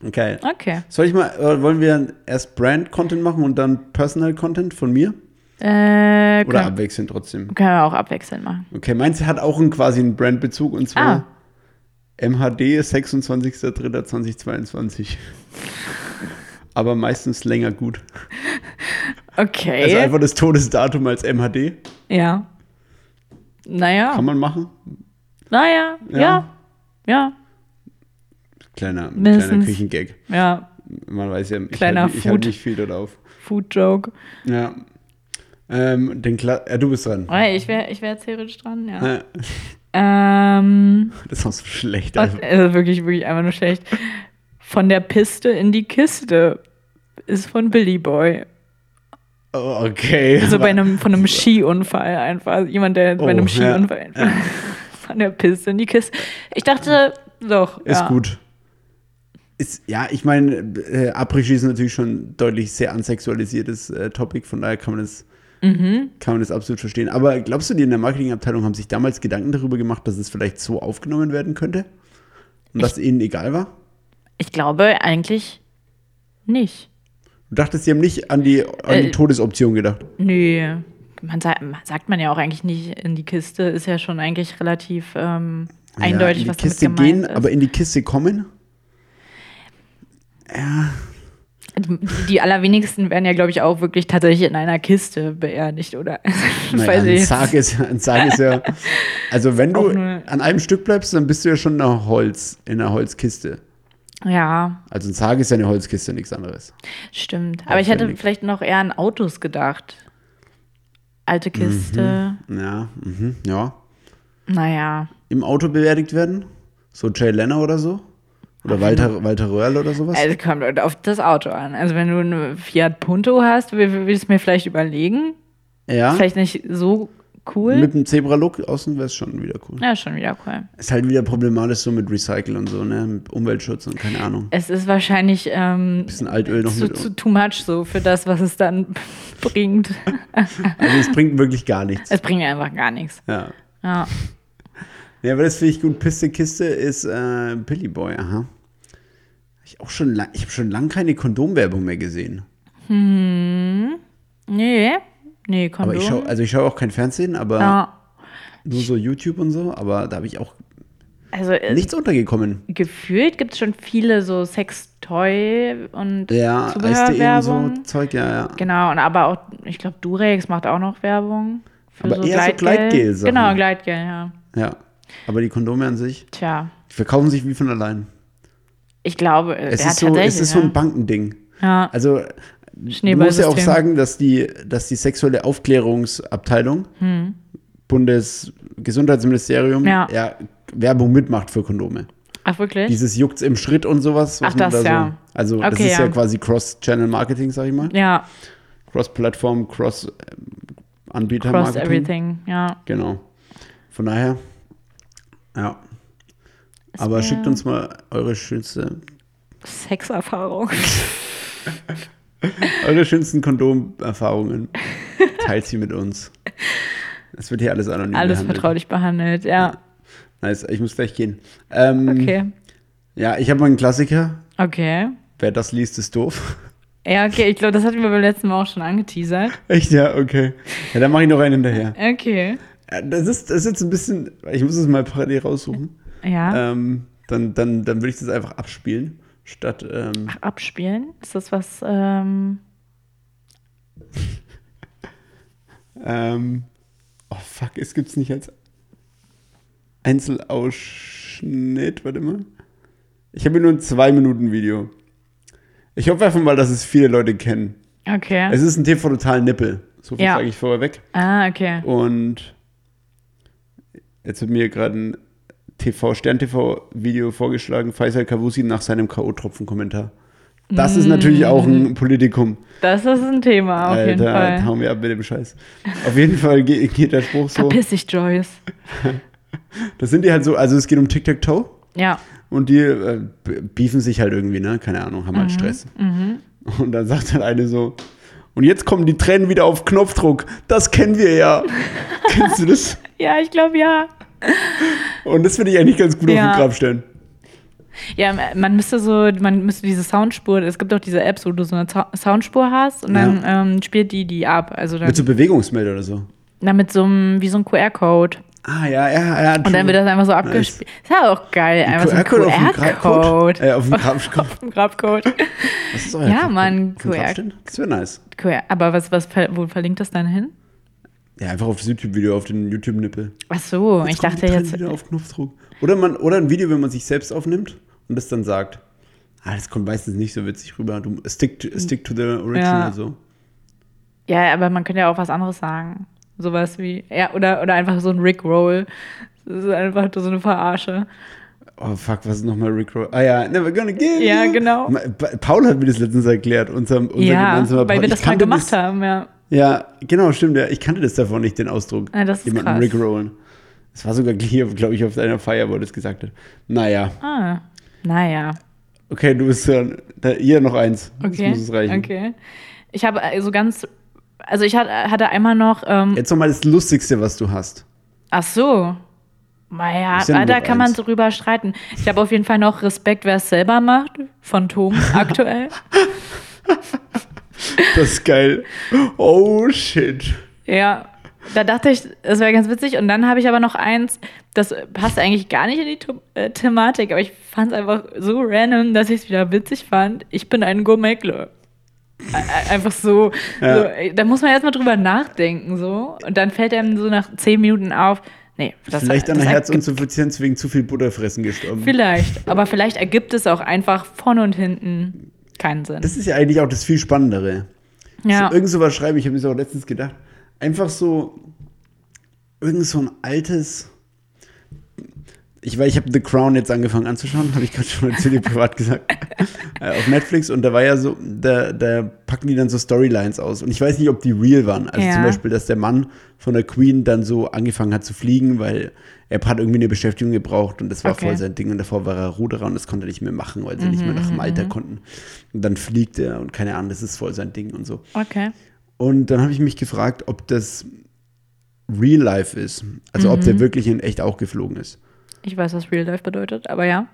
Okay.
Okay.
Soll ich mal, oder wollen wir erst Brand-Content machen und dann Personal-Content von mir?
Äh,
Oder
können,
abwechselnd trotzdem?
können wir auch abwechselnd machen.
Okay, meins hat auch einen, quasi einen Brandbezug und zwar
Ah.
MHD 26.03.2022. Aber meistens länger gut.
Okay.
Also einfach das Todesdatum als MHD.
ja. Naja. Ah.
Kann man machen.
Naja.
Ja.
Ja. Ja.
Kleiner, kleiner
Mindestens.
Küchengag.
Ja.
Man weiß ja, ich
Kleiner
halte- ich halte
Food.
nicht viel dort auf.
Food Joke.
Ja. Ähm, den Kla ja, du bist dran.
Ey, ich wäre ich wär theoretisch dran, ja.
Ja,
Ähm,
Das ist auch so schlecht.
was,
einfach.
also wirklich, wirklich einfach nur schlecht. Von der Piste in die Kiste ist von Billy Boy.
Oh, Okay.
Also bei einem, von einem Skiunfall einfach. Jemand, der
Oh,
bei einem
ja.
Skiunfall einfach von der Piste in die Kiste. Ich dachte, doch.
Ist
ja.
gut. Ist, ja, ich meine, äh, Après-Ski ist natürlich schon deutlich sehr ansexualisiertes äh, Topic, von daher kann man, das,
Mhm.
kann man das absolut verstehen. Aber glaubst du, die in der Marketingabteilung haben sich damals Gedanken darüber gemacht, dass es vielleicht so aufgenommen werden könnte? Und dass ihnen egal war?
Ich glaube eigentlich nicht.
Du dachtest, sie haben nicht an die, an die
Äh,
Todesoption gedacht.
Nö. Man sagt, sagt man ja auch eigentlich nicht in die Kiste, ist ja schon eigentlich relativ ähm, eindeutig,
ja, in
was
die Kiste
damit gemeint
gehen,
ist.
aber in die Kiste kommen?
Die die allerwenigsten werden ja, glaube ich, auch wirklich tatsächlich in einer Kiste beerdigt, oder?
Naja,
Weiß ich
ein,
jetzt.
Sarg ist, ja- ein Sarg ist ja. Also, wenn du
Auch nur-
an einem Stück bleibst, dann bist du ja schon in einer, Holz, in einer Holzkiste.
Ja,
Also ein Sarg ist ja eine Holzkiste, nichts anderes.
stimmt. Aber ich hätte
Aufwendig.
vielleicht noch eher an Autos gedacht.
Mhm.
Alte Kiste,
Ja, mhm, ja.
naja.
Im Auto beerdigt werden? So Jay Leno oder so? Oder Walter, Walter Röhrl oder sowas?
Also kommt auf das Auto an. Also wenn du eine Fiat Punto hast, wür- würde ich es mir vielleicht überlegen.
ja,
Vielleicht nicht so cool.
mit einem Zebra-Look außen wäre es schon wieder cool.
ja, schon wieder cool.
Ist halt wieder problematisch so mit Recycle und so, ne? Mit Umweltschutz und keine Ahnung.
Es ist wahrscheinlich ähm,
Bisschen Altöl noch
zu,
mit.
zu too much so für das, was es dann bringt.
Also es bringt wirklich gar nichts.
Es bringt einfach gar nichts.
Ja.
Ja.
Ja, aber das finde ich gut. Piste Kiste ist äh, Billy Boy, aha. Ich auch schon lang, ich habe schon lange keine Kondomwerbung mehr gesehen.
Nee, nee, Kondom.
Aber ich schaue, also ich schaue auch kein Fernsehen, aber
ja.
nur so YouTube und so, aber da habe ich auch
Also äh,
nichts untergekommen.
gefühlt gibt es schon viele so Sextoy und
Ja, SD und so
Zubehörwerbung.
Zeug, ja, ja.
Genau, und aber auch, ich glaube, Durex macht auch noch Werbung. Für
Aber eher so Gleitgel-Sachen.
Genau, Gleitgel, ja.
ja. Aber die Kondome an sich,
Tja,
die verkaufen sich wie von allein.
ich glaube, äh,
Es
ja,
ist so,
tatsächlich.
es ist so ein
ja.
Bankending.
ja.
Also man muss ja
Schneeballsystem.
auch sagen, dass die, dass die sexuelle Aufklärungsabteilung Bundesgesundheitsministerium
Hm. Ja.
ja. Werbung mitmacht für Kondome.
Ach, wirklich?
Dieses juckt's im Schritt und sowas. was
Ach,
man
das,
da
ja.
So, also das
Okay,
ist ja,
ja.
quasi Cross-Channel-Marketing, sag ich mal.
ja,
Cross-Plattform, Cross-Anbieter-Marketing.
cross everything, ja.
Genau. Von daher, ja. Aber
mir-
schickt uns mal eure schönste,
Sexerfahrung.
eure schönsten Kondomerfahrungen. Teilt sie mit uns. Es wird hier alles anonym.
Alles
behandelt.
vertraulich behandelt, ja.
Nice, ich muss gleich gehen. Ähm,
Okay.
Ja, ich habe mal einen Klassiker.
Okay.
Wer das liest, ist doof.
Ja, okay, ich glaube, das hatten wir beim letzten Mal auch schon angeteasert.
Echt, ja, okay. Ja, dann mache ich noch einen hinterher.
Okay.
Äh, Das ist, das ist jetzt ein bisschen, ich muss es mal parallel raussuchen.
Ja.
Ähm, dann dann, dann würde ich das einfach abspielen, statt ähm,
Abspielen. Ist das was? Ähm,
Ähm, oh fuck, es gibt's nicht als Einzelausschnitt. Warte mal. Ich habe hier nur ein 2-Minuten-Video. Ich hoffe einfach mal, dass es viele Leute kennen.
okay.
Es ist ein TV total Nippel. So viel
Ja.
sage ich vorher weg.
ah, okay.
Und jetzt wird mir gerade ein TV Stern TV Video vorgeschlagen, Faisal Kavusi nach seinem K.O. Tropfen Kommentar. Das ist natürlich auch ein Politikum.
Das ist ein Thema Mm. auf jeden
Alter,
Fall.
hauen wir ab mit dem Scheiß. Auf jeden Fall ge- geht der Spruch so.
Verpiss dich, Joyce.
Das sind die halt so, also es geht um Tic-Tac-Toe
Ja.
und die äh, b- beefen sich halt irgendwie, ne? Keine Ahnung, haben
Mhm,
halt Stress. Und dann sagt halt eine so, und jetzt kommen die Tränen wieder auf Knopfdruck. Das kennen wir ja. Kennst du das?
Ja, ich glaube ja.
Und das finde ich eigentlich ganz gut auf
Ja.
den Grab stellen.
Ja, man müsste so, man müsste diese Soundspur, es gibt auch diese Apps, wo du so eine Zau- Soundspur hast und dann ähm, spielt die die ab. Also dann,
Mit so Bewegungsmelder oder so.
na, mit so einem, wie so ein QR-Code.
Ah, ja, ja, ja.
Und dann wird das einfach so abgespielt. Ist ja auch geil. Einfach so ein QR-Code.
Äh, auf dem Grabcode.
Auf dem Grabcode.
Was ist euer
Ja,
Grabcode?
Mann,
Auf dem
QR.
Grabstein? Das wäre nice.
QR. Aber was, was, ver- wo verlinkt das dann hin?
Ja, einfach auf das YouTube-Video, auf den YouTube-Nippel.
Ach so, ich
Jetzt kommt
dachte
die Tränen
jetzt.
Wieder auf Knopfdruck. Oder, man, oder ein Video, wenn man sich selbst aufnimmt und das dann sagt. Ah, das kommt meistens nicht so witzig rüber. Du, stick, to, stick to the original
Ja.
so.
Ja, aber man könnte ja auch was anderes sagen. Sowas wie, ja, oder, oder einfach so ein Rickroll. Das ist einfach so eine Verarsche.
Oh fuck, was ist nochmal Rick Roll? Ah ja, never gonna give.
Ja,
you.
genau.
Ma- Pa- Paul hat mir das letztens erklärt, unser, unser
ja,
gemeinsamer
weil
Paul.
wir
Ich
das mal
kannte
gemacht
das,
haben, ja.
Ja, genau, stimmt. Ja. Ich kannte das davon nicht, den Ausdruck.
Ah, das ist
Jemanden
krass.
Rickrollen. Das war sogar hier, glaube ich, auf deiner Feier, wo er das gesagt hat. Naja.
Ah, naja.
Okay, du bist dran. Da, hier noch eins.
Okay.
Das muss es reichen.
Okay. Ich habe also ganz, also ich hat- hatte einmal noch, ähm,
Jetzt nochmal das Lustigste, was du hast.
ach so. Naja,
Ist ja nur
da
noch
kann man
eins.
drüber streiten. Ich habe auf jeden Fall noch Respekt, wer es selber macht, von Tom aktuell.
Das ist geil. Oh shit.
Ja, da dachte ich, es wäre ganz witzig. Und dann habe ich aber noch eins, das passt eigentlich gar nicht in die Tu- äh, Thematik, aber ich fand es einfach so random, dass ich es wieder witzig fand. Ich bin ein Gourmetler. Einfach so,
Ja.
so, äh, da muss man erstmal drüber nachdenken, so. Und dann fällt einem so nach zehn Minuten auf, nee, das
Vielleicht an
das
der
ergibt-
Herzinsuffizienz wegen zu viel Butterfressen gestorben.
Vielleicht, aber vielleicht ergibt es auch einfach vorne und hinten keinen Sinn.
Das ist ja eigentlich auch das viel Spannendere.
ja,
So, irgend sowas schreiben, ich habe mir das auch letztens gedacht. Einfach so, irgend so ein altes. Ich weiß, ich habe The Crown jetzt angefangen anzuschauen, habe ich gerade schon mal zu dir privat gesagt. äh, auf Netflix und da war ja so, da, da packen die dann so Storylines aus. Und ich weiß nicht, ob die real waren. Also
Ja.
zum Beispiel, dass der Mann von der Queen dann so angefangen hat zu fliegen, weil er hat irgendwie eine Beschäftigung gebraucht und das war
Okay.
voll sein Ding. Und davor war er Ruderer und das konnte er nicht mehr machen, weil sie nicht mehr
Mhm,
nach Malta konnten. Und dann fliegt er und keine Ahnung, das ist voll sein Ding und so.
okay.
Und dann habe ich mich gefragt, ob das Real Life ist. Also ob
Mhm.
der wirklich in echt auch geflogen ist.
Ich weiß, was Real Life bedeutet, aber ja.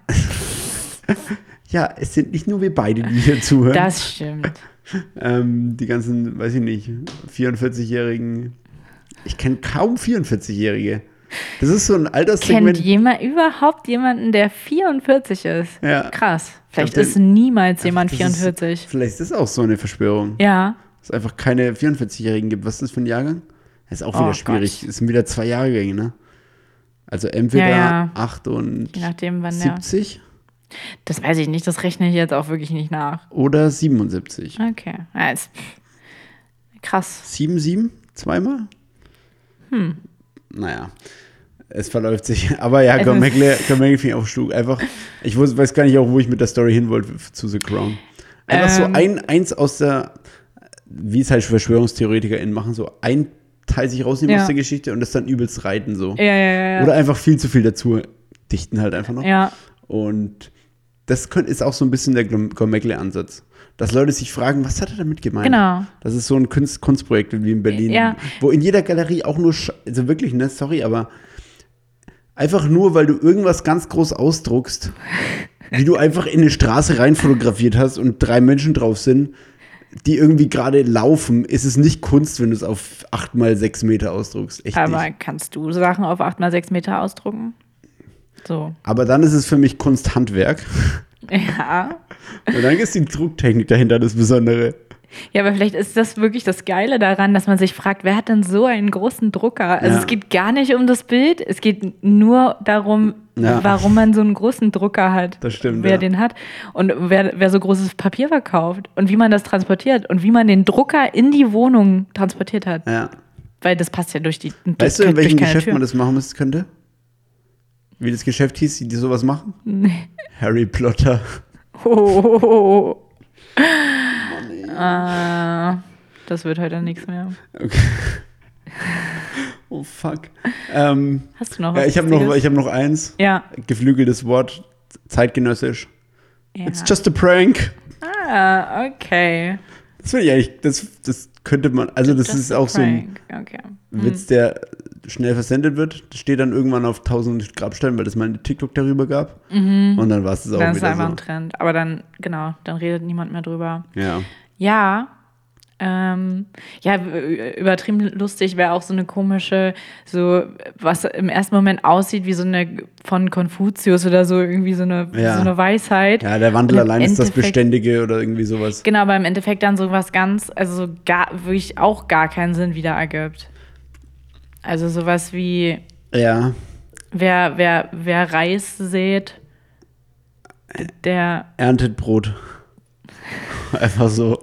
Ja, es sind nicht nur wir beide, die hier zuhören.
Das stimmt.
Ähm, die ganzen, weiß ich nicht, 44-Jährigen. Ich kenne kaum 44-Jährige. Das ist so ein
Kennt
Alterssegment.
jemand überhaupt jemanden, der 44 ist?
Ja.
Krass. Vielleicht
Ja,
ist niemals jemand
Also Das ist-
44.
Vielleicht ist das auch so eine Verschwörung.
Ja.
Dass es einfach keine 44-Jährigen gibt. Was ist das für ein Jahrgang? Das ist auch
Oh
wieder schwierig. Es sind wieder zwei Jahrgänge, ne? Also entweder
Ja, ja.
8 und
Je nachdem, wann der.
70
Das weiß ich nicht, das rechne ich jetzt auch wirklich nicht nach.
oder 77.
Okay. Ja, ist krass.
7-7 zweimal? Hm.
Hm.
Naja, es verläuft sich. Aber ja,
Es
Gordon
ist-
Mackley finde ich auch schlug. Einfach, ich wus- weiß gar nicht auch, wo ich mit der Story hin wollte f- zu The Crown. Einfach
Ähm.
so ein, eins aus der, wie es halt VerschwörungstheoretikerInnen machen, so ein Teil sich rausnehmen
Ja.
aus der Geschichte und das dann übelst reiten so.
Ja, ja, ja.
Oder
Ja.
einfach viel zu viel dazu dichten halt einfach noch.
ja.
Und das könnt, ist auch so ein bisschen der Gormeckle-Ansatz. Dass Leute sich fragen, was hat er damit gemeint?
Genau.
Das ist so ein Kunst, Kunstprojekt wie in Berlin,
Ja.
wo in jeder Galerie auch nur, Sch- also wirklich, ne, sorry, aber einfach nur, weil du irgendwas ganz groß ausdruckst, wie du einfach in eine Straße rein fotografiert hast und drei Menschen drauf sind, die irgendwie gerade laufen, ist es nicht Kunst, wenn du es auf 8 mal 6 Meter ausdruckst. Echt nicht.
Aber kannst du Sachen auf 8x6 Meter ausdrucken? So.
aber dann ist es für mich Kunsthandwerk.
Ja.
Und dann ist die Drucktechnik dahinter das Besondere.
Ja, aber vielleicht ist das wirklich das Geile daran, dass man sich fragt, wer hat denn so einen großen Drucker? Also
Ja.
es geht gar nicht um das Bild, es geht nur darum,
Ja.
warum man so einen großen Drucker hat.
Das stimmt,
Wer
ja.
den hat und wer, wer so großes Papier verkauft und wie man das transportiert und wie man den Drucker in die Wohnung transportiert hat.
Ja.
Weil das passt ja durch die durch,
Weißt du, in
durch
welchem
keine
Geschäft
Tür.
man das machen müsste, könnte? Wie das Geschäft hieß, die sowas machen? Nee. Harry Potter.
Oh, oh, oh, oh. Ah, das wird heute nichts mehr.
Okay. Oh fuck. Ähm,
Hast du noch was?
ja, ich habe noch,
Lustiges?
ich hab noch eins.
Ja.
Geflügeltes Wort, zeitgenössisch.
ja.
It's just a prank.
ah, okay.
Das finde ich eigentlich, das, das könnte man, also das
Just
ist
a Mhm.
auch so ein
prank. Okay.
Witz, der schnell versendet wird. Das steht dann irgendwann auf 1000 Grabsteinen, weil es mal einen TikTok darüber gab. Und dann war es das auch
Mhm. Dann ist es
wieder
einfach
so.
ein Trend. Aber dann, genau, dann redet niemand mehr drüber.
Ja.
Ja. Ähm, ja, ü- übertrieben lustig wäre auch so eine komische, so was im ersten Moment aussieht wie so eine von Konfuzius oder so, irgendwie so eine,
Ja.
so eine Weisheit.
ja, der Wandel
Und im
allein ist das
Endeffekt-
Beständige oder irgendwie sowas.
Genau, aber im Endeffekt dann so was ganz, also so gar, wirklich auch gar keinen Sinn wieder ergibt. Also sowas wie,
Ja,
wer, wer, wer Reis sät, der,
erntet Brot. einfach so.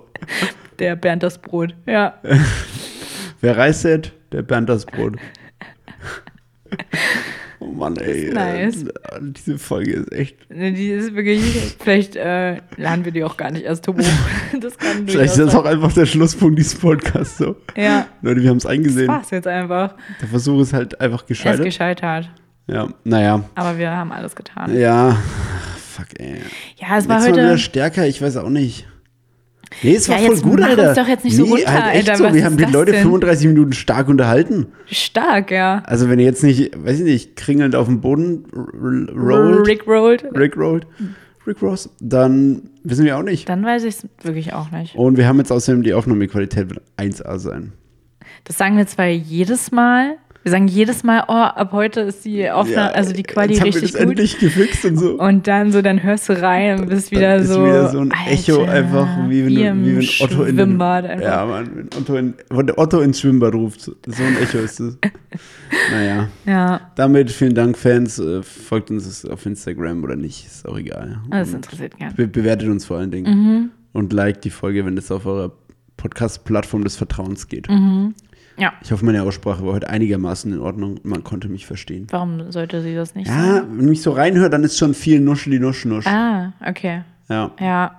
der Bernd das Brot. Ja.
Wer Reis sät, der bernt das Brot. oh Mann, ey.
nice.
äh, Diese Folge ist echt.
Ne, Die ist wirklich, vielleicht äh, laden wir die auch gar nicht erst hoch. Das kann
Vielleicht
durchaus
ist das auch
sein.
einfach der Schlusspunkt dieses Podcasts. So.
Ja,
Leute, wir haben es
das
eingesehen.
war's jetzt einfach.
Der Versuch ist halt einfach
Er ist
gescheitert.
gescheitert,
ja, naja.
aber wir haben alles getan.
Ja. Ach, Fuck, ey.
Ja, es war
Nächstes Mal wieder
heute.
stärker, ich weiß auch nicht. Nee, es war
Ja,
voll
jetzt
gut,
mach uns
Alter.
doch jetzt nicht so runter,
halt echt
Alter,
so.
was
Wir
ist
haben die
das
Leute
denn?
35 Minuten stark unterhalten.
Stark, ja.
Also wenn ihr jetzt nicht, weiß ich nicht, kringelnd auf dem Boden r- r- rollt,
Rick rolled.
Rick rollt, Rick Ross, dann wissen wir auch nicht.
Dann weiß ich es wirklich auch nicht.
Und wir haben jetzt außerdem die Aufnahmequalität wird 1A sein.
Das sagen wir zwar jedes Mal. Wir sagen jedes Mal, oh, ab heute ist die Aufnahme, also die Quali
jetzt haben
richtig
wir das
gut.
endlich gefixt und so.
Und dann so, dann hörst du rein und bist wieder
Dann ist
so.
wieder so ein
Alter,
Echo einfach, wie wenn,
wie
du-
im
wie wenn Otto in den,
Schwimmbad einfach.
Ja, Mann, wenn Otto, in, wenn der Otto ins Schwimmbad ruft. So ein Echo ist es. naja.
ja.
Damit vielen Dank, Fans. Äh, Folgt uns auf Instagram oder nicht, ist auch egal.
Ah, Das interessiert Mhm, keinen.
Be bewertet uns vor allen Dingen. Und liked die Folge, wenn das auf eurer Podcast-Plattform des Vertrauens geht.
Mhm. Ja.
Ich hoffe, meine Aussprache war heute einigermaßen in Ordnung. Man konnte mich verstehen.
Warum sollte sie das nicht sein?
Ja, wenn ich so reinhöre, dann ist schon viel Nuscheli Nusch Nusch.
Ah, okay.
Ja.
Ja.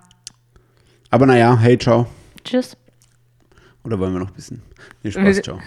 Aber naja, hey, ciao.
Tschüss.
Oder wollen wir noch ein bisschen? Nee, Spaß,
Wir-
ciao.